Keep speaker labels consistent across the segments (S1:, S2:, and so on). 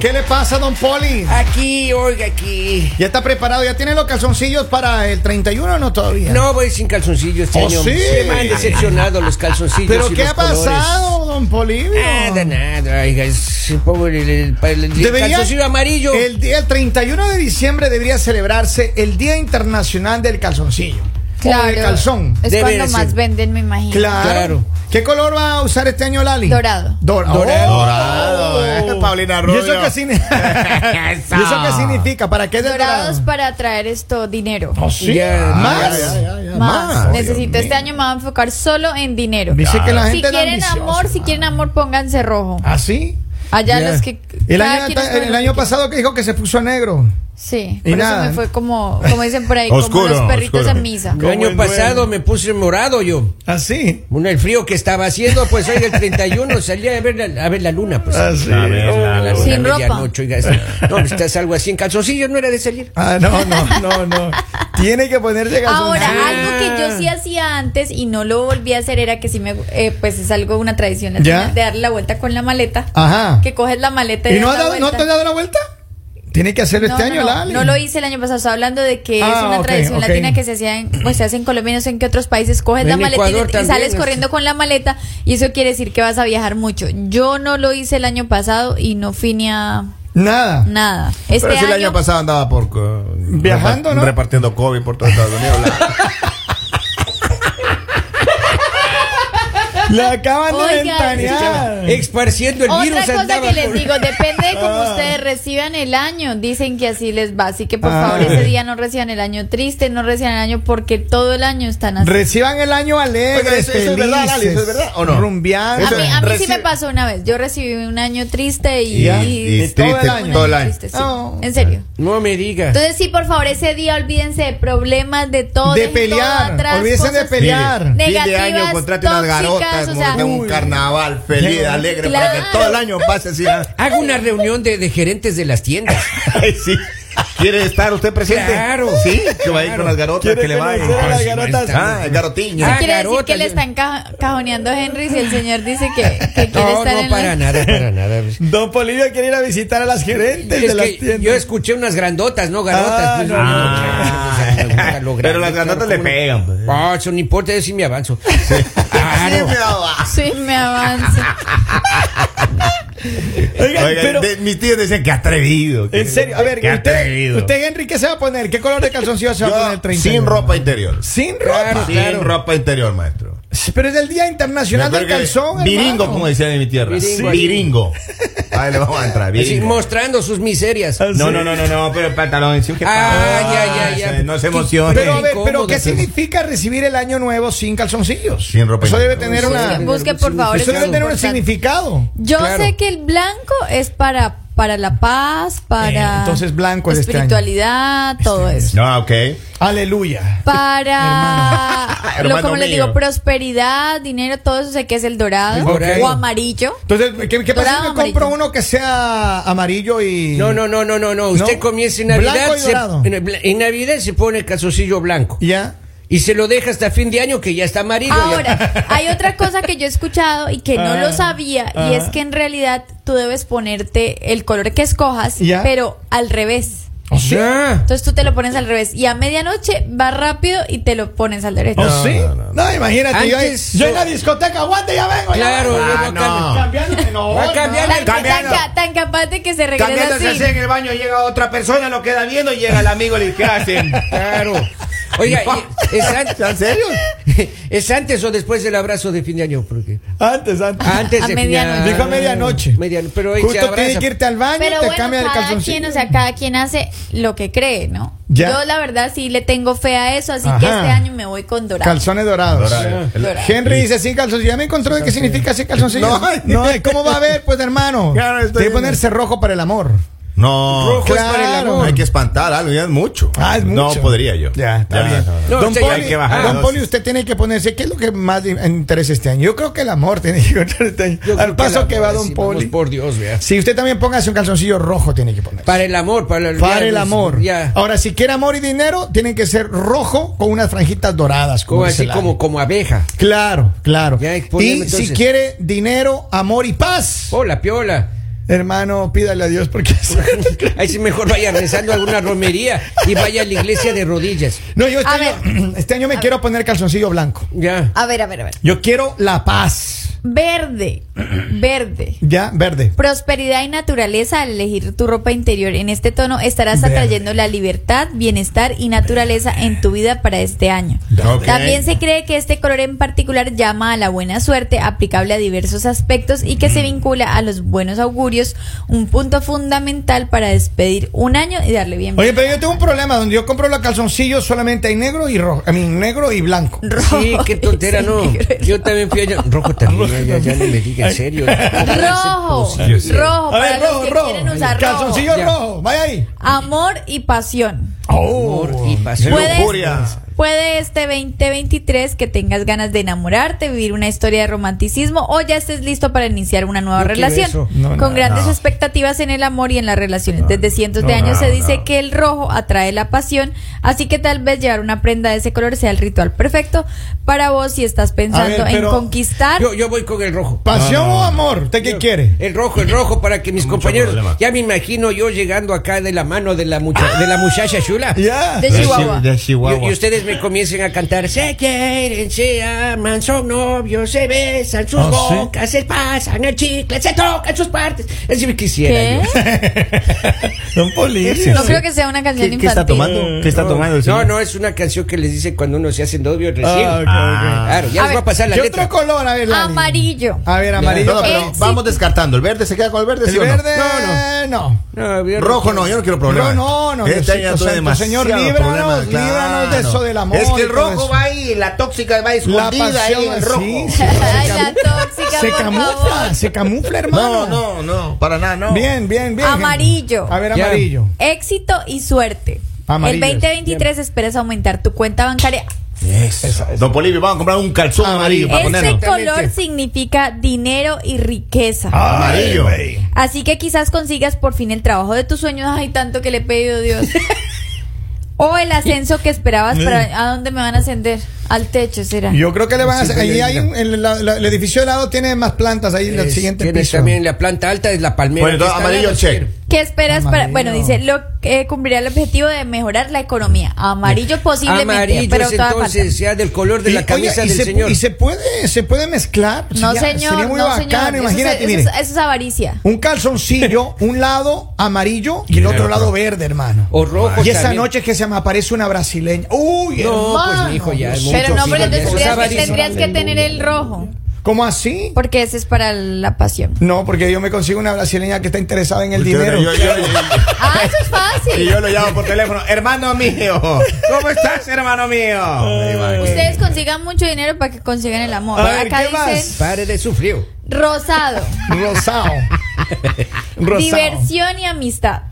S1: ¿Qué le pasa, don Poli?
S2: Aquí, oiga, aquí.
S1: ¿Ya está preparado? ¿Ya tiene los calzoncillos para el 31 o no todavía?
S2: No voy sin calzoncillos este
S1: ¿Oh,
S2: año.
S1: sí?
S2: Se me han decepcionado los calzoncillos.
S1: ¿Pero
S2: y
S1: qué
S2: los
S1: ha pasado, Eh, don Polivio?
S2: colores. Nada, nada, oiga, es pobre el, el- el- el
S1: Debería-
S2: calzoncillo amarillo.
S1: El día el 31 de diciembre debería celebrarse el Día Internacional del Calzoncillo. O del calzón.
S3: Es
S2: Debe
S3: cuando
S2: de
S3: más
S2: ser.
S3: venden, me imagino.
S1: Claro.
S2: Claro.
S1: ¿Qué color va a usar este año Lali?
S3: Dorado.
S1: Dor- oh.
S2: Dorado.
S4: Dorado, eh, Paulina
S1: ¿Y
S4: Rubio.
S1: eso qué, signi-
S4: Eso.
S1: ¿Y
S2: Ah.
S1: eso qué significa? ¿Para qué es del
S3: Dorados
S1: dorado?
S3: para traer esto dinero.
S1: Oh, sí.
S2: Ya,
S1: ¿Más?
S2: ya,
S3: más.
S1: Más.
S3: Necesito este año me voy a enfocar solo en dinero.
S1: Dice que la
S3: Si
S1: gente es
S3: quieren
S1: ambiciosa.
S3: amor, si quieren amor, pónganse rojo.
S1: ¿Ah, sí?
S3: Allá
S2: Ya.
S3: los que.
S1: El
S3: cada
S1: año,
S3: quien
S1: anta-
S3: escoge
S1: el
S3: lo
S1: año
S3: que quiere.
S1: pasado que dijo que se puso negro.
S3: Sí,
S1: Y
S3: por
S1: nada.
S3: eso me fue como, como dicen por ahí,
S4: Oscuro,
S3: como los perritos
S4: oscuro.
S3: en misa.
S2: El año
S4: el
S2: pasado me puse morado yo.
S4: ¿Ah,
S1: Así.
S2: Bueno, el frío que estaba haciendo, pues hoy el 31 salía a ver la, a ver la luna, pues.
S1: Así.
S4: A ver,
S2: A
S4: la
S2: la
S4: luna.
S3: Sí. Sin ropa.
S2: medianoche, oiga, es- no, pues, estás algo así en calzoncillos, no era de salir.
S1: Ah, no, no, no, no. Tiene que ponerse
S3: Ahora,
S1: calzoncillo.
S3: algo que yo sí hacía antes y no lo volví a hacer era que sí me, eh, pues es algo, una tradición latina,
S1: ¿Ya?
S3: de darle la vuelta con la maleta.
S1: Ajá.
S3: Que coges la maleta y,
S1: ¿Y no, has
S3: das la
S1: dado- no
S3: vuelta.
S1: te has dado la vuelta? Tiene que hacerlo
S3: No,
S1: este
S3: no,
S1: año,
S3: no,
S1: Lali.
S3: no lo hice el año pasado, estaba hablando de que es
S1: Ah,
S3: una
S1: ok,
S3: tradición
S1: ok.
S3: latina que se hacía en, pues se hace en Colombia, no sé en qué otros países, coges
S2: En
S3: la maleta y-
S2: Ecuador
S3: y,
S2: también,
S3: sales
S2: este.
S3: corriendo con la maleta y eso quiere decir que vas a viajar mucho. Yo no lo hice el año pasado y no fui ni a
S1: Nada.
S3: nada. Este
S4: Pero si el
S3: año,
S4: año pasado andaba por. eh,
S1: Viajando,
S4: repart-
S1: ¿no?
S4: Repartiendo COVID por todo Estados Unidos. la-
S1: Le acaban de
S3: Oiga,
S1: ventanear.
S2: Esparciendo el virus
S3: Otra cosa
S2: andaba
S3: que les
S2: por-
S3: digo, depende de cómo ustedes reciban el año. Dicen que así les va. Así que por
S1: Ah.
S3: favor, ese día no reciban el año triste, no reciban el año porque todo el año están así.
S1: Reciban el año alegre.
S4: Oiga, eso- eso es verdad, Lali, eso es verdad, ¿o no?
S1: Rumbeando.
S3: A mí, a mí sí
S4: recibe-
S3: me pasó una vez. Yo recibí un año triste y,
S1: Ya.
S3: y-
S4: Y
S1: todo el
S4: triste
S1: año.
S4: todo el año.
S3: triste, sí.
S1: Oh.
S3: En serio.
S2: No me digas.
S3: Entonces sí, por favor, ese día olvídense de problemas, de todo.
S1: De
S3: dejen todo
S1: pelear.
S3: atrás,
S1: Olvídense de
S3: cosas-
S1: pelear.
S3: Mire,
S4: Fin de
S3: Negativas,
S4: año, contrate unas
S3: tóxicas,
S4: garotas,
S3: o
S4: como
S3: sea-
S4: que tenga un
S1: Uy.
S4: carnaval feliz, alegre, para que
S3: Claro.
S4: todo el año pase así. ah.
S2: Hago una reunión de, de gerentes de las tiendas.
S4: Ay, sí. ¿Quiere estar usted presente?
S2: Claro.
S4: Sí, que va a ir
S2: Claro.
S4: con las garotas,
S1: Quiere
S4: que le va a
S1: conocer a las garotas.
S4: Ah, el garotiño.
S2: Ah,
S3: Quiere decir
S2: garota,
S3: que le
S2: yo-
S3: están ca- cajoneando a Henry si el señor dice que, que quiere
S2: No,
S3: estar
S2: no,
S3: en la-
S2: para nada, para nada.
S1: Don Polivio quiere ir a visitar a las gerentes de
S2: Es
S1: las
S2: que yo
S1: tiendas.
S2: escuché unas grandotas, no garotas.
S1: Ah,
S2: pues,
S1: no.
S2: no, no, claro, o sea, me gusta lo
S4: Pero
S2: grande,
S4: las grandotas
S2: claro,
S4: le
S2: ¿cómo no?
S4: pegan. pues.
S2: Ah, eso no importa, yo sí me avanzo.
S4: Sí,
S1: Ah,
S2: Claro.
S4: me va.
S3: Sí, me avanza.
S1: Oigan,
S4: Oiga,
S1: pero
S4: de- mis tíos decían que atrevido. que-
S1: en serio, a ver,
S4: que
S1: usted,
S4: atrevido.
S1: usted, Henry, ¿qué se va a poner? ¿Qué color de calzoncillo se va a poner el
S4: Yo,
S1: 30?
S4: sin ropa interior.
S1: Sin
S2: Claro,
S1: ropa.
S4: Sin ropa interior, maestro.
S1: Pero es el Día
S4: Me
S1: Internacional
S4: acuerdo
S1: del
S4: que-
S1: Calzón.
S4: Viringo,
S1: hermano.
S4: como decían en mi tierra.
S2: Viringo,
S4: Sí.
S2: ahí.
S4: Viringo. Ahí le vamos a entrar.
S2: Así,
S4: Viringo.
S2: mostrando sus miserias.
S1: Ah,
S4: No, no, no, no, no, pero el pantalón encima. ¿qué
S2: Ah,
S4: pasa?
S2: ya, ya, ya.
S4: se- No se emocione.
S1: Pero a ver,
S2: incómodo,
S1: pero ¿qué
S2: pero-
S1: significa recibir el año nuevo sin calzoncillos?
S4: Sin ropa
S1: Eso debe
S4: interior.
S1: tener una
S3: Busquen, busquen, por favor.
S1: eso
S3: eso
S1: debe
S3: es
S1: tener un
S3: importante.
S1: significado.
S3: Yo
S2: Claro.
S3: sé que el blanco es para, para la paz, para.
S1: Eh, entonces blanco es este año.
S3: Espiritualidad, todo eso.
S4: No, ok.
S1: Aleluya.
S3: Para, lo-
S4: Hermano
S3: como les
S4: mío.
S3: digo, prosperidad, dinero, todo eso sé que es el dorado
S2: Ok.
S3: o amarillo.
S1: Entonces, ¿qué, qué pasa si
S3: Dorado,
S1: me compro
S3: amarillo.
S1: uno que sea amarillo y
S2: No, no, no, no, no, no. Usted
S1: ¿No?
S2: comienza en Navidad.
S1: Blanco y
S2: se-
S1: dorado.
S2: en, bla- en Navidad se pone el calzoncillo blanco.
S1: ya?
S2: Y se lo deja hasta fin de año que ya está amarillo. ya-
S3: Ahora, hay otra cosa que yo he escuchado y que no
S1: Ah,
S3: lo sabía,
S1: ah.
S3: y es que en realidad tú debes ponerte el color que escojas,
S1: Ya.
S3: pero al revés.
S1: ¿O sí?
S2: Ah,
S3: Entonces tú te lo pones al revés y a medianoche vas rápido y te lo pones al derecho.
S1: ¿O Oh, sí? No,
S4: no, no, no.
S1: imagínate, yo, ahí-
S2: Antes-
S1: yo en la discoteca, aguante, ya vengo. ya
S2: claro,
S1: vengo.
S4: Ah,
S2: luego cambia.
S1: Cambiándome, no.
S2: Va a cambiar
S3: Tan,
S2: el-
S3: tan
S4: Cambiando.
S3: ca- tan capaz de que se regresa así.
S4: en el baño, llega otra persona, lo queda viendo, llega el amigo y le dice, ¿qué hacen?
S2: Claro. Oiga, y- es, an-
S4: ¿En serio?
S2: es antes o después del abrazo de fin de año? Porque
S1: Antes, antes.
S2: antes
S3: A
S2: de fin de
S3: medianoche.
S2: año.
S1: Dijo a medianoche.
S2: Mediano- pero ahí se
S1: Justo
S2: abraza.
S1: tienes que irte al baño,
S3: Pero
S1: te
S3: bueno,
S1: cambias el
S3: cada
S1: calzoncillo.
S3: quien, o sea, cada quien hace lo que cree, ¿no?
S1: Ya.
S3: Yo la verdad sí le tengo fe a eso, así que
S1: Ajá.
S3: este año me voy con dorado.
S1: Calzones dorados.
S4: Dorado.
S1: El- Henry dice sin calzoncillo. Ya me encontró de qué significa sin calzoncillo.
S4: No.
S1: no, ¿y ¿cómo va a ver, pues, hermano?
S4: Claro, estoy
S1: Tiene que
S4: viendo.
S1: ponerse rojo para el amor.
S4: No.
S2: Rojo es para el
S1: Claro.
S2: amor.
S4: Hay que espantar algo, ya es mucho.
S1: Ah, es mucho.
S4: No podría yo.
S1: Ya, está bien.
S4: no, no.
S2: No,
S1: don
S2: sí,
S1: Poli,
S2: hay que bajar
S1: ah,
S2: la
S1: don
S4: dosis.
S1: Poli, usted tiene que ponerse. ¿Qué es lo que más le interesa este año? Yo creo que el amor tiene que encontrar este año.
S2: Yo creo
S1: Al paso
S2: la-
S1: que va
S2: sí,
S1: Don
S2: vamos
S1: Poli.
S2: Por Dios, vea.
S1: Si usted también póngase un calzoncillo rojo, tiene que ponerse.
S2: Para el amor, para el,
S1: Para
S2: ya,
S1: el
S2: pues,
S1: amor. Oh,
S2: Ya.
S1: Ahora, si quiere amor y dinero, tienen que ser rojo con unas franjitas doradas. Como
S2: Como
S1: dice
S2: así
S1: Lali.
S2: como, como abeja.
S1: Claro, claro.
S2: Ya,
S1: y
S2: poneme,
S1: si
S2: entonces.
S1: quiere dinero, amor y paz.
S2: Hola, piola.
S1: hermano, pídale a Dios porque...
S2: Ahí sí mejor vaya rezando a alguna romería y vaya a la iglesia de rodillas.
S1: no, yo este
S3: A
S1: año, este año me quiero poner calzoncillo blanco.
S2: Ya.
S3: A ver, a ver, a ver.
S1: Yo quiero la paz.
S3: Verde, verde.
S1: Ya, verde.
S3: Prosperidad y naturaleza al elegir tu ropa interior en este tono estarás
S1: Verde.
S3: atrayendo la libertad, bienestar y naturaleza en tu vida para este año.
S4: Ok.
S3: También se cree que este color en particular llama a la buena suerte, aplicable a diversos aspectos y que se
S1: Mm.
S3: vincula a los buenos augurios, un punto fundamental para despedir un año y darle bien.
S1: Oye, pero yo tengo un problema donde yo compro los calzoncillos solamente hay negro y rojo, a mí negro y blanco.
S2: Sí, qué tontera,
S3: Sí,
S2: no.
S3: negro.
S2: Yo también fui allá. Rojo también, ya, ya no me diga en serio.
S3: Rojo,
S2: Yo sé.
S3: rojo,
S1: A
S3: para
S1: ver, rojo,
S3: los que quieren
S1: rojo.
S3: usar rojo.
S1: Calzoncillo
S2: Ya.
S1: rojo, vaya ahí.
S3: Amor y pasión.
S1: Oh.
S2: Amor y pasión.
S3: Puedes-
S4: lujuria.
S3: Puede este 2023 que tengas ganas de enamorarte, vivir una historia de romanticismo o ya estés listo para iniciar una nueva
S2: Yo quiero
S3: relación.
S2: eso.
S1: No,
S3: Con
S1: no,
S3: grandes
S4: no.
S3: expectativas en el amor y en las relaciones. Desde cientos de
S4: no,
S3: años se
S4: no,
S3: dice
S4: no.
S3: que el rojo atrae la pasión, así que tal vez llevar una prenda de ese color sea el ritual perfecto para vos si estás pensando
S1: ver,
S3: en
S1: pero-
S3: conquistar.
S2: Yo, yo voy con el rojo.
S1: ¿Pasión o amor? ¿Usted qué quiere?
S2: El rojo, el rojo, para que mis
S4: Mucho
S2: compañeros.
S4: problema.
S2: Ya me imagino yo llegando acá de la mano de la, mucha- de la muchacha chula.
S1: Ya.
S3: De Chihuahua.
S5: De
S2: Y,
S5: Chihuahua.
S2: y ustedes me comiencen a cantar Se quieren, se aman, son novios Se besan sus
S1: Ah, ¿sí?
S2: bocas Se pasan el chicle, se tocan sus partes Así me quisiera
S3: ¿Qué?
S2: yo.
S5: Don Poli.
S3: No creo que sea una canción
S5: ¿Qué,
S3: infantil.
S5: qué está tomando?
S1: Mm,
S5: ¿Qué está
S2: No,
S5: tomando el
S2: No,
S5: señor?
S2: no, es una canción que les dicen cuando uno se hace novio recién
S1: Ah, ok, ok.
S2: Claro, ya
S3: A
S2: les
S3: ver,
S2: va a pasar la
S1: ¿Qué
S2: letra
S1: otro color? A ver, Lali.
S3: Amarillo.
S1: A ver, amarillo.
S5: No, no, pero
S3: Éxito.
S5: vamos descartando. ¿El verde se queda con el verde?
S1: eh, ¿El
S5: ¿sí o no?
S1: verde?
S2: No,
S1: no.
S2: No, yo-
S5: Rojo no, yo no quiero problemas.
S1: No, no, no,
S5: Este año
S1: Diosito santo,
S5: tuve demasiado
S1: señor, líbranos, líbranos de eso del amor
S4: Es que
S1: y
S4: el
S1: todo
S4: rojo
S1: eso.
S4: va ahí, la tóxica va escondida ahí en el
S1: sí,
S4: rojo.
S1: sí.
S3: Ay, la tóxica,
S1: Se
S3: por
S1: camufla,
S3: favor.
S1: se camufla, hermano.
S5: No, no, no, para nada, no.
S1: Bien, bien, bien.
S3: Amarillo.
S1: A ver,
S2: Ya.
S1: amarillo.
S3: Éxito y suerte.
S1: Amarillo.
S3: El 2023 esperas aumentar tu cuenta bancaria.
S5: Eso. Don Polivio, vamos a comprar un calzón amarillo para
S3: Este
S5: ponernos.
S3: color significa dinero y riqueza.
S1: Ah.
S5: Amarillo.
S3: Así que quizás consigas por fin el trabajo de tus sueños. Ay, tanto que le he pedido Dios. o el ascenso que esperabas para... ¿A dónde me van a ascender? Al techo será.
S1: Yo creo que le van a
S2: Sí,
S1: hacer.
S2: sí,
S1: Ahí
S2: ya,
S1: hay
S2: ya.
S1: un- el, la- la- el edificio de lado tiene más plantas ahí en el
S2: Es-
S1: siguiente
S2: tienes
S1: piso.
S2: también la planta alta es la palmera
S5: Bueno,
S2: que
S5: entonces,
S2: está al
S5: amarillo,
S2: lado,
S5: check.
S3: ¿Qué esperas para...?
S1: Amarillo.
S3: Bueno, dice, lo eh, cumplirá el objetivo de mejorar la economía. Amarillo posiblemente,
S2: Amarillo
S3: pero
S2: es
S3: todavía falta.
S2: entonces ya del color de
S1: Y,
S2: la camisa
S1: oye, y
S2: del
S1: se,
S2: señor
S1: y se puede, se puede mezclar.
S3: No,
S1: Ya,
S3: señor,
S1: Sería muy
S3: no,
S1: bacano,
S3: señor. Eso es-
S1: imagínate,
S3: eso es-
S1: mire.
S3: eso es avaricia.
S1: Un calzoncillo, un lado amarillo y el otro lado verde, hermano.
S2: O rojo
S1: Y esa
S2: también.
S1: noche es que se me aparece una brasileña. Uy,
S2: No,
S1: hermano.
S2: pues mi hijo ya es mucho.
S3: Pero no,
S2: sí,
S3: porque
S2: ya es
S3: tendrías que,
S2: avaricia.
S3: tendrías que tener el rojo.
S1: ¿Cómo así?
S3: Porque ese es para la pasión.
S1: No, porque yo me consigo una brasileña que está interesada en el dinero.
S5: Yo- yo- yo-
S3: Ah, eso es
S5: Y
S3: fácil.
S5: yo lo llamo por teléfono. Hermano mío.
S4: ¿Cómo estás, hermano mío?
S3: Ustedes consigan mucho dinero para que consigan el amor.
S1: A ver,
S3: Acá
S1: ¿qué más?
S3: dicen
S2: Pare de sufrir
S3: rosado,
S1: Rosado. Rosado.
S3: diversión y amistad.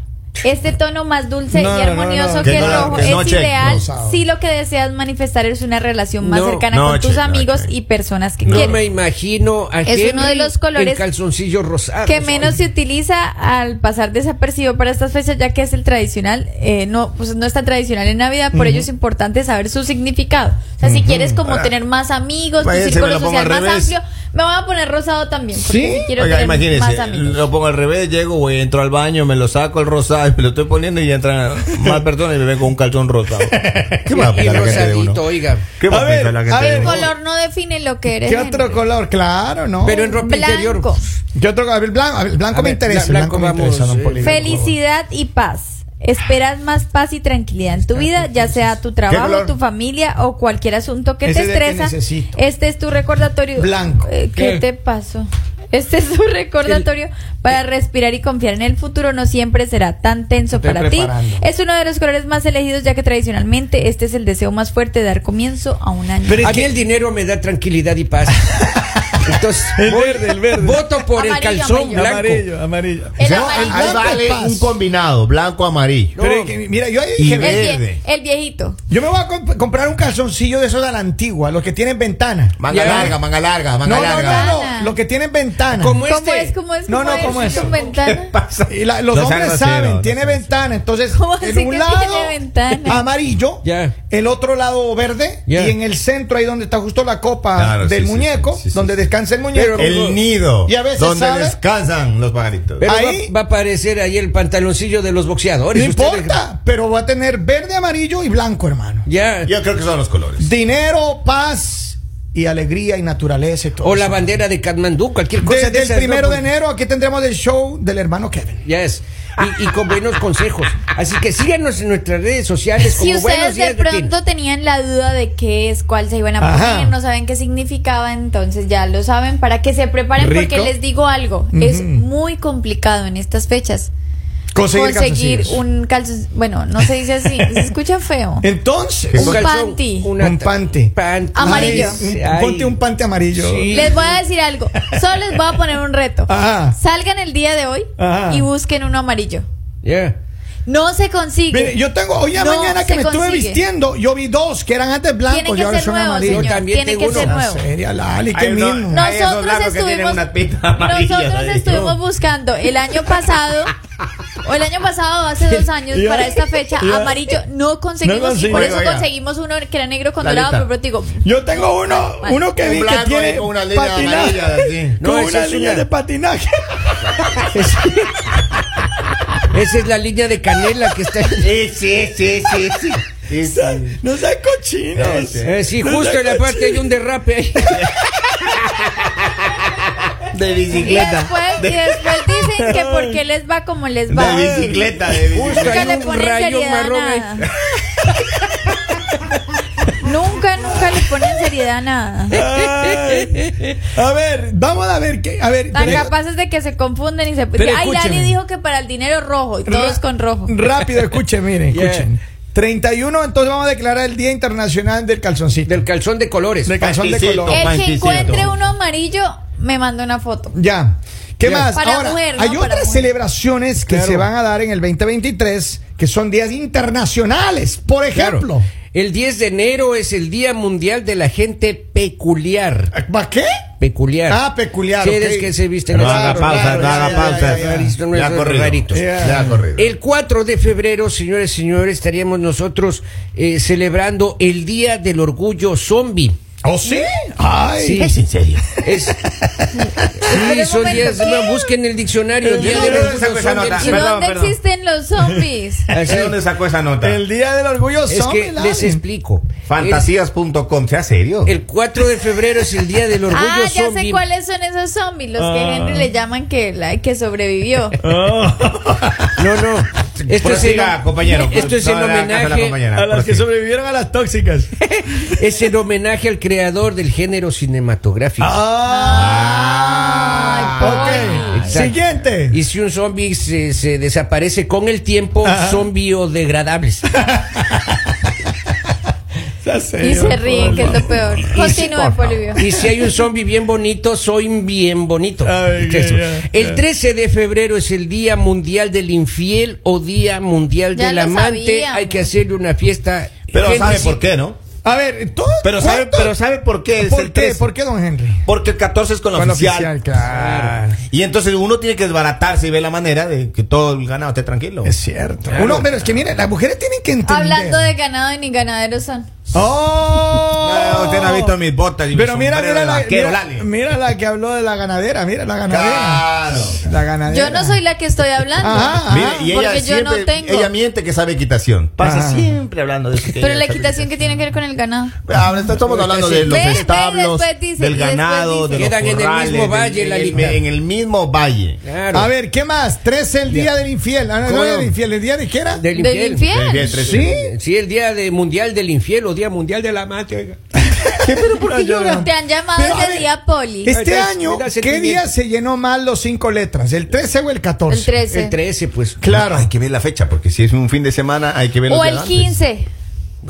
S3: Este tono más dulce
S1: No,
S3: y
S1: no, no,
S3: armonioso
S1: no.
S3: que
S5: Que
S3: el
S5: no,
S3: rojo
S5: que
S3: es
S5: no, che,
S3: ideal
S1: rosado.
S3: si lo que deseas manifestar es una relación más
S2: No,
S3: cercana
S5: no,
S3: con tus
S5: che, no,
S3: amigos
S5: che.
S3: y personas que
S2: No
S3: quieres.
S2: me imagino a
S3: Es uno de
S2: Henry
S3: los colores
S2: en calzoncillo
S5: Ah,
S2: rosado.
S5: pues,
S3: que menos se utiliza al pasar desapercibido para estas fechas, ya que es el tradicional, eh, no, pues no es tan tradicional en Navidad, por ello es importante saber su significado. O sea, si quieres como tener más amigos, tu
S5: Ah. Vaya, se me
S3: círculo
S5: lo pongo
S3: social
S5: al
S3: más
S5: revés.
S3: amplio, me voy a poner rosado también, porque
S1: ¿Sí?
S3: si quiero
S5: Oiga,
S3: tener más
S5: imagínese.
S3: amigos.
S5: Lo pongo al revés, llego, güey, entro al baño, me lo saco el rosado y me lo estoy poniendo y ya entran más personas y me ven con un calzón rosado. ¿Qué va a
S2: Y
S5: pensar la gente de uno?
S2: rosadito, oiga.
S5: ¿Qué va
S1: A
S5: a
S1: ver,
S5: pensar la
S1: a
S5: gente de
S1: ver,
S3: El
S5: uno?
S3: color no define lo que eres.
S1: ¿Qué
S3: Henry.
S1: otro color? Claro, ¿no?
S2: Pero en ropa interior.
S3: Blanco.
S1: ¿Qué otro color? A ver, blanco, a ver, blanco
S2: A
S1: me
S2: ver,
S1: interesa.
S2: bla-
S1: Blanco,
S2: blanco
S1: me interesa,
S2: vamos,
S1: don Poli,
S2: eh,
S1: por favor.
S3: Felicidad y paz. Esperas más paz y tranquilidad en tu vida, ya sea tu trabajo,
S5: color?
S3: tu familia o cualquier asunto que
S1: Ese
S3: te
S1: es el que
S3: estresa.
S1: necesito.
S3: este es tu recordatorio.
S1: Blanco.
S3: Eh, ¿Qué
S2: ¿Qué?
S3: te pasó? Este es tu recordatorio para respirar y confiar en el futuro. No siempre será tan tenso
S1: Estoy
S3: para ti.
S1: preparando.
S3: Es uno de los colores más elegidos, ya que tradicionalmente este es el deseo más fuerte de dar comienzo a un año.
S1: Pero es
S2: a mí
S1: que-
S2: el dinero me da tranquilidad y paz. Entonces, voy- voto por el
S3: Amarillo,
S2: calzón
S3: amarillo.
S2: blanco.
S1: amarillo.
S3: El
S5: No,
S3: amarillo.
S5: ahí vale
S1: Paz.
S5: un combinado, blanco amarillo.
S1: Pero es que, mira, yo ahí
S5: Y
S1: dije,
S3: el, vie-
S5: verde.
S3: el viejito.
S1: yo me voy a comp- comprar un calzoncillo de esos de la antigua, los que tienen ventana.
S5: Manga
S2: Ya.
S5: larga, manga larga, manga
S1: No, no,
S5: larga.
S1: no, no, los que tienen ventana.
S2: Como
S3: ¿Cómo
S2: este.
S3: es? ¿Cómo es?
S1: No, no,
S3: es?
S1: ¿cómo es?
S3: ¿Con ventana?
S1: Y la- los
S5: No sean
S1: hombres
S5: grosero,
S1: saben,
S5: no
S1: tiene
S5: sean
S1: ventana. Entonces,
S3: ¿Cómo así
S1: en
S3: que
S1: un lado
S3: tiene ventana?
S1: amarillo,
S2: Ya.
S1: el otro lado verde,
S2: Ya.
S1: y en el centro, ahí donde está justo la copa
S5: Claro,
S1: del
S5: sí, sí,
S1: muñeco,
S5: sí, sí, sí,
S1: donde
S5: sí.
S1: descansa descansa el muñeco.
S2: Pero-
S5: El nido.
S1: Y a veces
S5: donde
S1: sabe-
S5: descansan los pajaritos.
S2: Pero
S1: Ahí-
S2: va, va a aparecer ahí el pantaloncillo de los boxeadores.
S1: no
S2: Ustedes-
S1: importa, pero va a tener verde, amarillo y blanco, hermano.
S2: Ya.
S5: Yo creo que son los colores.
S1: Dinero, paz y alegría y naturaleza y todo.
S2: O la
S1: eso.
S2: bandera de Katmandú, cualquier cosa
S1: Desde
S2: de
S1: el
S2: esas, ¿no?
S1: primero de enero aquí tendremos el show del hermano Kevin.
S2: Ya es. Y, y con buenos consejos. Así que síganos en nuestras redes sociales.
S3: Si
S2: como
S3: ustedes
S2: buenos
S3: de
S2: días, Latín.
S3: pronto tenían la duda de qué es, cuál se iban a
S1: Ajá.
S3: poner, no saben qué significaba, entonces ya lo saben para que se preparen porque
S5: Rico.
S3: les digo algo, es muy complicado en estas fechas conseguir,
S1: calzoncillos.
S3: un calzón, bueno, no se dice así, se escucha feo.
S1: Entonces,
S3: Un
S2: calzón,
S3: panty.
S2: una
S1: Un
S2: ta-
S1: panty.
S2: panty.
S3: Amarillo.
S2: Ay,
S1: un- ponte un pante amarillo.
S2: Sí.
S3: Les voy a decir algo, solo les voy a poner un reto.
S1: Ajá.
S3: Salgan el día de hoy
S1: Ajá.
S3: y busquen uno amarillo.
S2: Ya.
S3: No se consigue.
S1: Mire, yo tengo hoy en la
S3: No
S1: mañana que
S3: se
S1: me estuve
S3: consigue.
S1: vistiendo, yo vi dos que eran antes
S3: Tiene
S1: blancos y
S3: que
S1: ahora
S3: ser
S1: son
S3: nuevo,
S1: amarillos.
S3: señor.
S2: Yo también
S3: Tiene que
S2: tengo
S3: ser
S2: uno. Ah,
S3: nuevo.
S1: Seria, Lali, qué
S4: Hay uno-
S1: mimo.
S4: hay esos
S3: Nosotros
S4: blancos que tienen
S3: estuvimos,
S4: unas pintas amarillas
S3: nosotros
S4: ahí.
S3: estuvimos buscando el año pasado, o el año pasado, hace dos años,
S1: Ya.
S3: para esta fecha,
S1: Ya.
S3: amarillo no conseguimos
S1: No
S3: y por
S1: consigo.
S3: eso
S5: Oiga.
S3: conseguimos uno que era negro con
S5: La
S3: dorado,
S5: lista.
S3: pero te digo,
S1: Yo tengo uno,
S3: Vale.
S1: uno que
S5: Un
S1: vi que
S5: blanco ahí
S1: tiene
S5: con una línea
S1: patinaje,
S5: amarilla, así.
S2: No,
S1: con
S2: esa
S1: una
S2: es
S1: línea
S2: una-
S1: de patinaje.
S2: Esa es la línea de canela que está.
S4: Sí, sí, sí, sí, sí. Sí, sí.
S1: No sean cochinos.
S5: No, sí.
S2: Eh, sí, justo en la parte hay un derrape ahí.
S4: De
S3: y
S4: bicicleta.
S3: después, y después dicen que por qué les va como les va.
S4: De bicicleta, de bicicleta.
S2: Justo
S3: Nunca
S2: hay
S3: le
S2: un
S3: ponen
S2: rayo
S3: seriedad a
S2: marrón ahí.
S3: nada. nunca, nunca le ponen seriedad a
S1: Eh,
S3: nada.
S1: Ay. A ver, vamos a ver qué. A ver,
S3: Tan
S1: pero-
S3: capaces de que se confunden y se...
S1: Pero
S3: Ay, Lali
S1: escúcheme.
S3: dijo que para el dinero rojo y todos
S1: Ra-
S3: con rojo.
S1: Rápido, escuchen, miren,
S2: Yeah.
S1: escuchen. 31, entonces vamos a declarar el Día Internacional del Calzoncito.
S2: Del calzón de colores.
S1: Del calzón de
S5: Pantisito.
S1: color.
S5: Eh.
S3: El que
S5: Pantisito.
S3: encuentre uno amarillo, me manda una foto.
S1: Ya. ¿Qué
S2: Ya.
S1: más?
S3: Para
S1: Ahora,
S3: mujer, ¿no?
S1: hay
S3: Para
S1: otras
S3: mujer.
S1: celebraciones que
S2: Claro.
S1: se van a dar en el 2023 que son días internacionales. Por
S2: Claro.
S1: ejemplo,
S2: El 10 de enero es el Día Mundial de la Gente Peculiar.
S1: ¿para qué?
S2: Peculiar.
S1: Ah, peculiar.
S2: Sí,
S1: ok.
S2: es que se
S1: Este
S2: visten
S5: No
S2: así.
S5: haga
S1: Claro,
S5: pausa,
S1: claro,
S5: no haga
S1: ya,
S5: pausa.
S1: ya, ya,
S2: ya.
S5: Ya ha corrido.
S2: Raritos.
S5: Ya ha corrido.
S2: El 4 de febrero, señores y señores, estaríamos nosotros eh, celebrando el Día del Orgullo Zombie.
S1: ¿Oh, sí? Ay.
S2: Sí.
S5: en serio.
S2: Es, sí,
S3: Espera un
S2: son
S3: momento.
S2: días. no, busquen el diccionario.
S5: El
S2: Día
S5: Día
S2: del
S5: del
S2: Orgullo
S5: Orgullo
S2: Zombie.
S5: Zombie.
S3: ¿Y
S5: Perdón,
S3: dónde
S5: perdón.
S3: existen los zombies?
S2: Así.
S5: ¿De dónde sacó esa nota?
S1: El Día del Orgullo
S2: Es
S1: son
S2: que
S1: el
S2: les
S1: alien.
S2: explico.
S5: Fantasías.com, ¿sea serio?
S2: El, el 4 de febrero es el Día del Orgullo
S3: ah, ya
S2: Zombie.
S3: sé cuáles son esos zombies, los que Henry le llaman que, la, que sobrevivió.
S2: No, no. Esto es,
S5: Prosiga,
S2: en-
S5: compañero.
S2: esto es
S5: No
S2: en
S5: le haga caso a la
S2: homenaje.
S5: compañera, prosiga.
S1: sobrevivieron a las tóxicas.
S2: Es en homenaje al creador del género cinematográfico.
S5: pues.
S1: Ah, ok.
S2: Exacto.
S1: Siguiente.
S2: Y si un zombie se, se desaparece con el tiempo, son biodegradables.
S3: y se ríen, que es lo peor. Continúa, Polivio.
S2: Y si hay un zombie bien bonito, soy bien bonito.
S1: Ay, ya, ya,
S2: El 13 de febrero es el Día Mundial del Infiel o Día Mundial
S3: Ya
S2: del
S3: lo
S2: Amante.
S3: sabíamos.
S2: Hay que hacerle una fiesta.
S5: Pero
S2: Gente,
S5: sabe
S2: sí.
S5: por qué, ¿no?
S1: A ver, todo.
S5: Pero sabe,
S1: ¿cuánto?
S5: pero sabe por qué es
S1: ¿Por
S5: el
S1: qué?
S5: 13.
S1: ¿Por qué, don Henry?
S5: Porque el 14 es con la
S1: Con la
S5: oficial.
S1: oficial, claro.
S5: Y entonces uno tiene que desbaratarse y ver la manera de que todo el ganado esté tranquilo.
S1: Es cierto. Uno, pero es que mire, las mujeres tienen que entender.
S3: Hablando de ganado y ni ganaderos son.
S1: ¡Oh!
S5: No, usted no ha visto mis botas y mi
S1: Pero mira,
S5: sombrero
S1: mira
S5: de
S1: la,
S5: vaquero,
S1: mira,
S5: Lali.
S1: mira la que habló de la ganadera, mira la ganadera.
S5: Claro.
S1: La ganadera.
S3: Yo no soy la que estoy hablando.
S1: Ajá, ajá.
S5: Mire, y ella
S3: Ah, Porque yo
S5: siempre-
S3: no tengo.
S5: Ella miente que sabe equitación. Pasa
S1: Ajá.
S5: siempre hablando de eso. que
S3: Pero
S5: ella
S3: la
S5: sabe
S3: equitación que tiene que ver con el ganado.
S5: Ah, estamos hablando de los
S3: Ve, ve,
S5: establos,
S3: después dice,
S5: del
S3: y después
S5: ganado,
S3: dice.
S5: de los
S2: Quedan en el
S5: corrales,
S2: mismo
S5: del-
S2: valle,
S5: en, el,
S2: Lalita.
S5: en el mismo valle.
S2: Claro.
S1: A ver, ¿qué más? 13 el día del infiel. Ah, no, no,
S2: ¿Cómo?
S1: del infiel, el día de qué era?
S2: Del
S3: ¿Del
S2: infiel.
S5: Del día
S3: infiel?
S5: de trece.
S1: ¿Sí?
S2: Sí, el Día de Mundial del Infiel o Día Mundial del Amante. oiga.
S1: ¿Qué, pero por qué llora?
S3: Te han llamado
S1: Pero, a
S3: desde
S1: ver,
S3: el día poli.
S1: Este
S2: Ay,
S1: año,
S2: mira,
S1: ¿qué día se llenó más los cinco letras? ¿El 13 o el 14?
S3: El 13.
S2: El 13, pues.
S1: Claro.
S5: Hay que ver la fecha, porque si es un fin de semana, hay que ver
S3: O
S5: los de
S3: el
S5: antes.
S3: 15.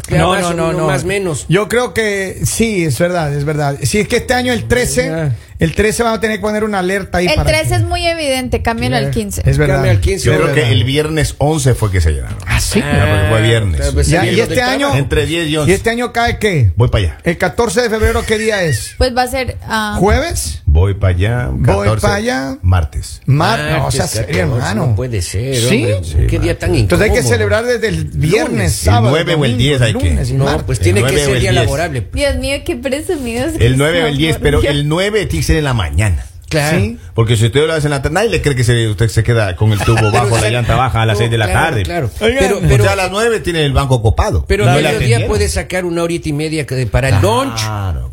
S2: No, no, no, no. Más menos.
S1: Yo creo que sí, es verdad, es verdad. Si es que este año el 13,
S2: Ya.
S1: el 13 va a tener que poner una alerta ahí.
S3: El
S1: para
S3: 13 es
S1: que-
S3: muy evidente, cámbialo al 15.
S1: Es verdad.
S2: Cambia al 15.
S5: Yo
S1: Es
S5: creo
S1: verdad.
S5: que el viernes 11 fue que se llenaron.
S1: Ah, sí.
S5: Ya, porque fue viernes.
S2: Ah, pues,
S1: Ya,
S2: sí,
S1: y
S2: lo
S1: este
S2: del
S1: año.
S2: carro.
S5: Entre 10 y 11.
S1: ¿Y este año cae qué?
S5: Voy para allá.
S1: El 14 de febrero, ¿qué día es?
S3: Pues va a ser. ah,
S1: ¿Jueves?
S5: Voy para allá.
S1: Voy
S5: 14,
S1: pa' allá.
S5: Martes.
S1: Martes. No, o sea,
S2: Martes,
S1: serio,
S2: 14,
S1: hermano.
S2: No puede ser.
S1: Sí.
S2: hombre. Qué día tan incómodo.
S1: Entonces hay que celebrar desde el viernes,
S5: Lunes, el
S1: sábado.
S5: 9 o el 10 hay que-
S1: lunes y
S2: No,
S1: martes.
S2: pues
S5: El
S2: tiene que
S5: nueve o
S2: ser
S5: el
S2: día
S5: diez.
S2: laborable.
S3: Dios mío, qué presumidos. que
S5: El 9 o el
S3: son,
S5: 10,
S3: por
S5: pero
S3: Dios.
S5: el 9 tiene que hacer en la mañana.
S2: Claro.
S1: Sí.
S5: Porque si usted lo hace en la tarde, nadie le cree que se- usted se queda con el tubo bajo, la llanta baja a las
S2: No,
S5: 6 de la
S2: claro,
S5: tarde.
S2: Claro.
S1: Oigan,
S2: Pero,
S1: o
S5: Pero,
S2: pero,
S5: a las 9 tiene el banco copado.
S2: pero
S5: No
S2: al
S5: le
S2: mediodía
S5: atendieron.
S2: puede sacar una horita y media que- para el lunch.
S5: Claro.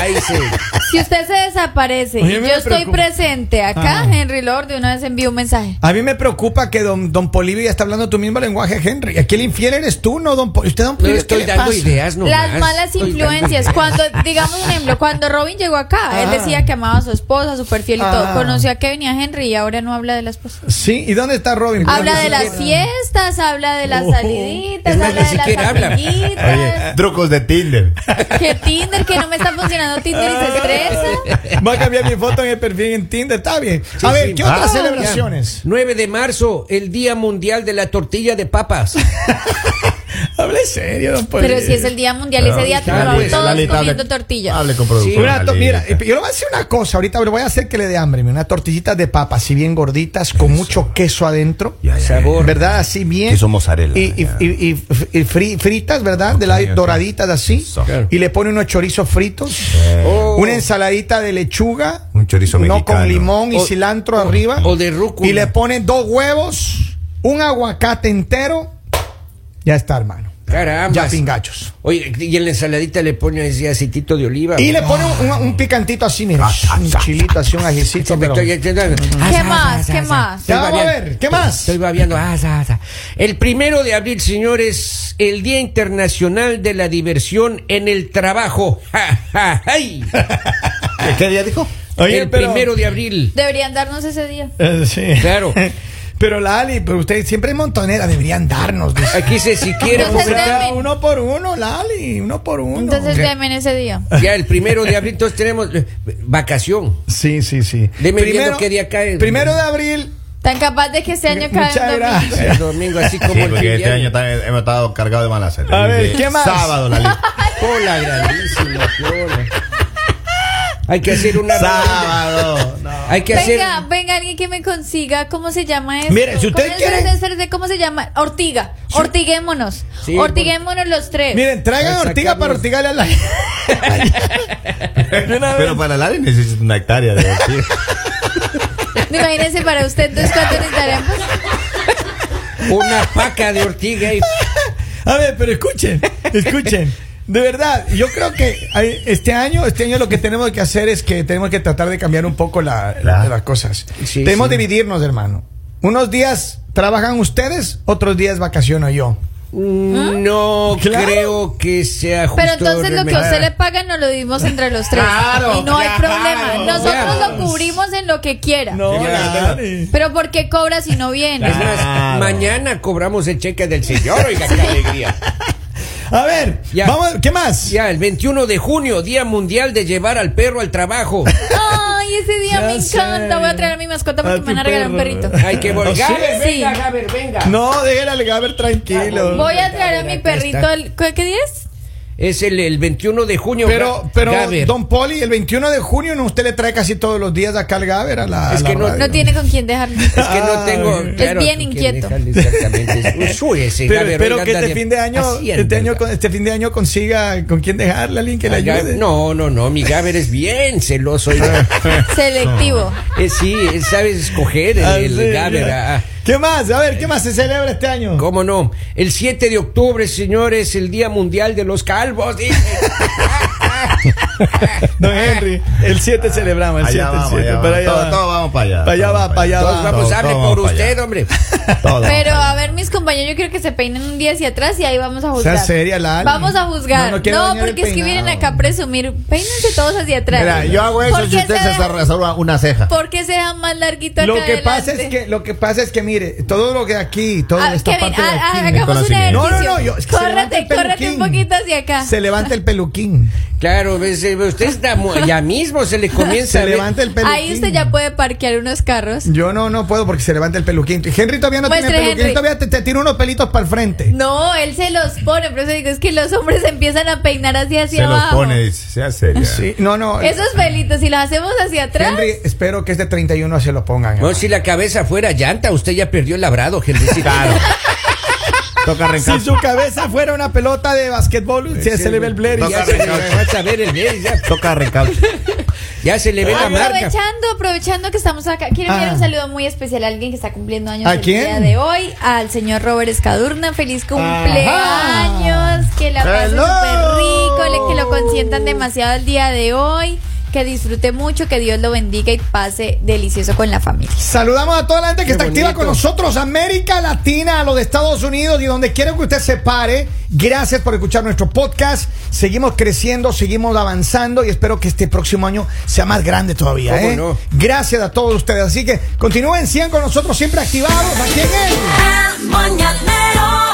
S2: Ahí se-
S3: Si usted se desaparece y
S1: Oye, me
S3: yo estoy
S1: preocupa.
S3: presente acá,
S1: Ah.
S3: Henry Lord de una vez envía un mensaje.
S1: A mí me preocupa que don, don Polivio ya está hablando tu mismo lenguaje, Henry. Aquí el infiel eres tú, no don Polivio. Usted, don
S2: No
S1: Polivio,
S2: estoy
S1: ¿qué le
S2: dando
S1: pasa?
S2: ideas nomás.
S3: Las malas
S2: Estoy dando
S3: influencias.
S2: ideas.
S3: Cuando, digamos un ejemplo, cuando Robin llegó acá, él
S1: Ah.
S3: decía que amaba a su esposa, súper fiel y
S1: Ah.
S3: todo. Conoció a Kevin y a Henry y ahora no habla de la esposa.
S1: Sí, ¿y dónde está Robin?
S3: Habla de
S1: Perdón,
S3: las fiestas, habla de las
S1: Oh.
S3: saliditas,
S2: Es más,
S3: habla
S2: ni
S3: de las
S2: siquiera habla.
S5: Oye,
S3: amiguitas.
S5: trucos de Tinder.
S3: Que Tinder, que no me está funcionando Tinder y se estresa.
S1: Va a cambiar mi foto en el perfil en Tinder, está bien.
S2: Sí,
S1: a ver,
S2: sí.
S1: ¿qué
S2: Ah,
S1: otras
S2: ya.
S1: celebraciones?
S2: 9 de marzo, el Día Mundial de la Tortilla de Papas.
S1: Hable serio, don Polivio.
S3: Pero si es el Día Mundial, ese día
S2: Claro,
S3: todos
S2: pues,
S3: comiendo tortillas.
S5: Hable con producción.
S1: Una to- mira,
S5: Lalita.
S1: yo le voy a decir una cosa ahorita, pero voy a hacer que le dé hambre. mira, Unas tortillitas de papa, así bien gorditas, con mucho queso adentro.
S5: Ya, ya, ya.
S2: Sabor.
S1: ¿Verdad? Así bien.
S5: Queso mozzarella,
S1: Y, y-
S5: ya.
S1: y- y- y fri- fritas, ¿verdad? de la,
S5: Ok, ok.
S1: Doraditas así.
S5: Eso.
S2: Claro.
S1: Y le pone unos chorizos fritos.
S2: Oh.
S1: Una ensaladita de lechuga.
S5: Un chorizo
S1: No
S5: mexicano.
S1: con limón y
S2: O-
S1: cilantro arriba.
S2: o de rúcula.
S1: Y le pone dos huevos, un aguacate entero. Ya está, hermano.
S2: Caramba.
S1: Ya pingachos.
S2: Oye, y en la ensaladita le pone ese aceitito de oliva.
S1: Y le pone un, un- un picantito así, mira. Un chilito así, un ajicito.
S2: Se me
S1: pero-
S2: estoy entendiendo. Ah,
S3: ¿Qué
S2: ah,
S3: más?
S2: ah,
S3: ¿Qué
S2: ah,
S3: más?
S2: estoy
S1: Ya vamos a
S2: babeando.
S1: ver, ¿qué más?
S2: Estoy babeando. Ah, ah, ah. El primero de abril, señores, el Día Internacional de la Diversión en el Trabajo. Ja, ja, ay.
S5: ¿Qué día dijo?
S1: Oye,
S2: el
S1: pero-
S2: primero de abril.
S3: Deberían darnos ese día.
S1: Eh, sí.
S2: Claro.
S1: Pero Lali, pero usted siempre es montonera, deberían darnos. dice.
S2: Aquí se si quiere
S3: Entonces,
S2: pues,
S3: deme.
S1: Cada uno por uno, Lali, uno por uno.
S3: Entonces,
S2: Ok.
S3: denme en ese día.
S2: Ya el primero de abril, entonces tenemos eh, vacación.
S1: Sí, sí, sí.
S2: Deme viendo qué día cae.
S1: Primero de abril.
S3: Tan capaz de que este año cae
S1: Muchas
S3: en domingo.
S1: gracias.
S2: El domingo, así como
S5: Sí,
S2: el
S5: porque este
S2: trivial.
S5: año está- hemos estado cargados de malas.
S1: A ver, ¿qué más?
S5: Sábado, Lalita.
S2: Cola grandísima, piola. Hay que hacer una.
S5: Sábado.
S2: Hay que hacer.
S3: Venga, venga alguien que me consiga cómo se llama esto.
S1: Mire, si usted
S3: ¿Cómo-
S1: quiere-
S3: espérate, espérate, ¿Cómo se llama? Ortiga. Ortiguémonos.
S2: Sí,
S3: Ortiguémonos los tres.
S1: Miren, traigan
S2: Ay,
S1: ortiga
S2: sacarlos.
S1: para ortigarle a la.
S5: Pero para Lali necesitas una hectárea de aquí.
S3: Imagínense para usted, entonces cuánto necesitaremos.
S2: Una paca de ortiga y
S1: A ver, pero escuchen, escuchen. De verdad, yo creo que ay, este año, este año lo que tenemos que hacer es que tenemos que tratar de cambiar un poco la-
S5: Claro.
S1: las cosas.
S2: Sí,
S1: tenemos
S2: sí.
S1: que dividirnos, hermano. Unos días trabajan ustedes, otros días vacaciono yo.
S2: Mm, no
S1: Claro.
S2: creo que sea justo.
S3: Pero entonces lo que a usted le
S2: realmente.
S3: paga nos lo dimos entre los tres.
S5: Claro,
S3: y no hay
S5: claro.
S3: problema. Nosotros lo cubrimos en lo que quiera.
S1: la-
S3: Pero ¿por qué cobra si no viene?
S2: Es más,
S5: Claro.
S2: mañana cobramos el cheque del señor, oiga, qué alegría.
S1: A ver,
S2: Ya.
S1: vamos, ¿qué más?
S2: Ya, el 21 de junio, Día Mundial de Llevar al Perro al Trabajo.
S3: Ay, ese día
S1: Ya
S3: me
S1: sé.
S3: encanta. Voy a traer a mi mascota porque
S1: A
S3: me van a
S1: tu
S3: regalar un
S1: perro.
S3: perrito.
S2: Hay que volver.
S1: Sí.
S2: Gaber, venga,
S3: Sí.
S2: Gaber, venga.
S1: No, déjale a ver tranquilo.
S3: Voy a traer a
S2: Acá
S3: mi
S2: está.
S3: perrito. el- ¿Qué qué día es?
S2: Es el, el 21 de junio.
S1: Pero,
S2: Ga-
S1: pero,
S2: Gaber.
S1: don Poli, el 21 de junio ¿no? usted le trae casi todos los días acá al Gaber a la.
S2: Es
S1: a la
S2: que no-
S1: radio.
S3: No tiene con quién dejarlo.
S2: Es que
S1: Ah,
S2: no tengo.
S3: Es bien
S2: que
S3: inquieto.
S2: dejarle Exactamente. Es- Uy, ese
S1: Pero
S2: Gaber,
S1: espero
S2: oiga,
S1: que este
S2: anda
S1: fin de año,
S2: haciendo,
S1: este año,
S2: oiga.
S1: con- este fin de año consiga con quién dejarle a alguien que le
S2: Ay, Gaber,
S1: ayude.
S2: No, no, no. Mi Gaber es bien celoso. oiga.
S3: Selectivo.
S2: Eh, sí, él sabe escoger el,
S1: Ah,
S2: el
S1: sí,
S2: Gaber.
S1: ya.
S2: ah,
S1: ¿Qué más? A ver, ¿qué más se celebra este año?
S2: ¿Cómo no? El 7 de octubre, señores, el Día Mundial de los Calvos. dice.
S1: Don Henry, el 7 celebramos, el 7,
S5: Allá vamos, allá
S1: para
S5: vamos.
S1: allá
S5: Todos
S1: va.
S5: todos vamos para allá.
S1: Para allá
S5: Todos
S1: va, para allá
S5: todos
S1: va.
S2: Todos vamos,
S5: todos
S2: hable
S5: vamos
S2: por
S5: para
S2: usted,
S5: allá.
S2: hombre.
S5: Todos vamos
S3: Pero
S5: para
S3: a
S5: allá.
S3: ver, mis compañeros, yo quiero que se peinen un día hacia atrás y ahí vamos a juzgar.
S1: seria, Lali.
S3: Vamos a juzgar.
S1: No,
S3: No,
S1: no quiero dañar el
S3: porque es que vienen
S1: peinado.
S3: acá a presumir. Peínense todos hacia atrás.
S5: Mira, yo hago
S3: ¿Por
S5: eso si
S3: qué
S5: usted
S3: se
S5: se
S3: deja-
S5: reserva una ceja.
S3: ¿Por qué se dejan más larguito acá
S1: Lo que
S3: adelante?
S1: pasa es que lo que pasa es que mire, todo lo que aquí, toda
S3: Ah,
S1: esta
S3: Kevin,
S1: parte de
S3: ah, ah,
S1: aquí,
S3: hagamos un
S5: conocimiento.
S3: ejercicio.
S1: No, no, no, yo- es que se levanta el
S3: córrete, córrete un
S1: peluquín.
S3: poquito hacia acá.
S1: se levanta el peluquín.
S2: Claro, ves, eh, usted está mu- ya mismo se le comienza a
S1: Se
S2: ver-
S1: levanta el peluquín.
S3: Ahí usted ya puede parquear unos carros.
S1: Yo no, no puedo porque se levanta el peluquín. Henry todavía no
S3: Muestre,
S1: tiene peluquín,
S3: Henry.
S1: todavía te, te tira unos pelitos para el frente.
S3: No, él se los pone, pero eso digo, es que los hombres empiezan a peinar hacia hacia
S5: Se los
S3: abajo.
S5: pone, dice, sea seria.
S1: Sí, no, no.
S3: Esos pelitos, si los hacemos hacia atrás,
S1: Henry, espero que este 31 se lo pongan.
S2: Bueno, si la cabeza fuera llanta, usted ya perdió el labrado, Henry.
S5: Claro. Toca
S1: Si
S5: arrancar.
S1: su cabeza fuera una pelota de basquetbol, se, se le ve el blair y
S2: Ya
S1: ya
S2: se
S1: se-
S2: le alcanza a ver el bien, ya,
S5: Toca recaucho.
S2: ya se le ve la marca.
S3: Aprovechando, aprovechando que estamos acá, quiero enviar
S1: Ah.
S3: un saludo muy especial a alguien que está cumpliendo años
S1: ¿A
S3: el
S1: quién?
S3: día de hoy, al señor Robert Escadurna. Feliz cumpleaños, que la pase
S1: Hello.
S3: súper rico, le- que lo consientan demasiado el día de hoy, que disfrute mucho, que Dios lo bendiga y pase delicioso con la familia.
S1: Saludamos a toda la gente que está activa
S2: bonito.
S1: con nosotros, América Latina, a los de Estados Unidos y donde quiera que usted se pare. Gracias por escuchar nuestro podcast. Seguimos creciendo, seguimos avanzando y espero que este próximo año sea más grande todavía.
S2: ¿Cómo
S1: ¿eh?
S2: no?
S1: Gracias a todos ustedes. Así que continúen, sigan con nosotros siempre activados aquí en el.
S6: El mañanero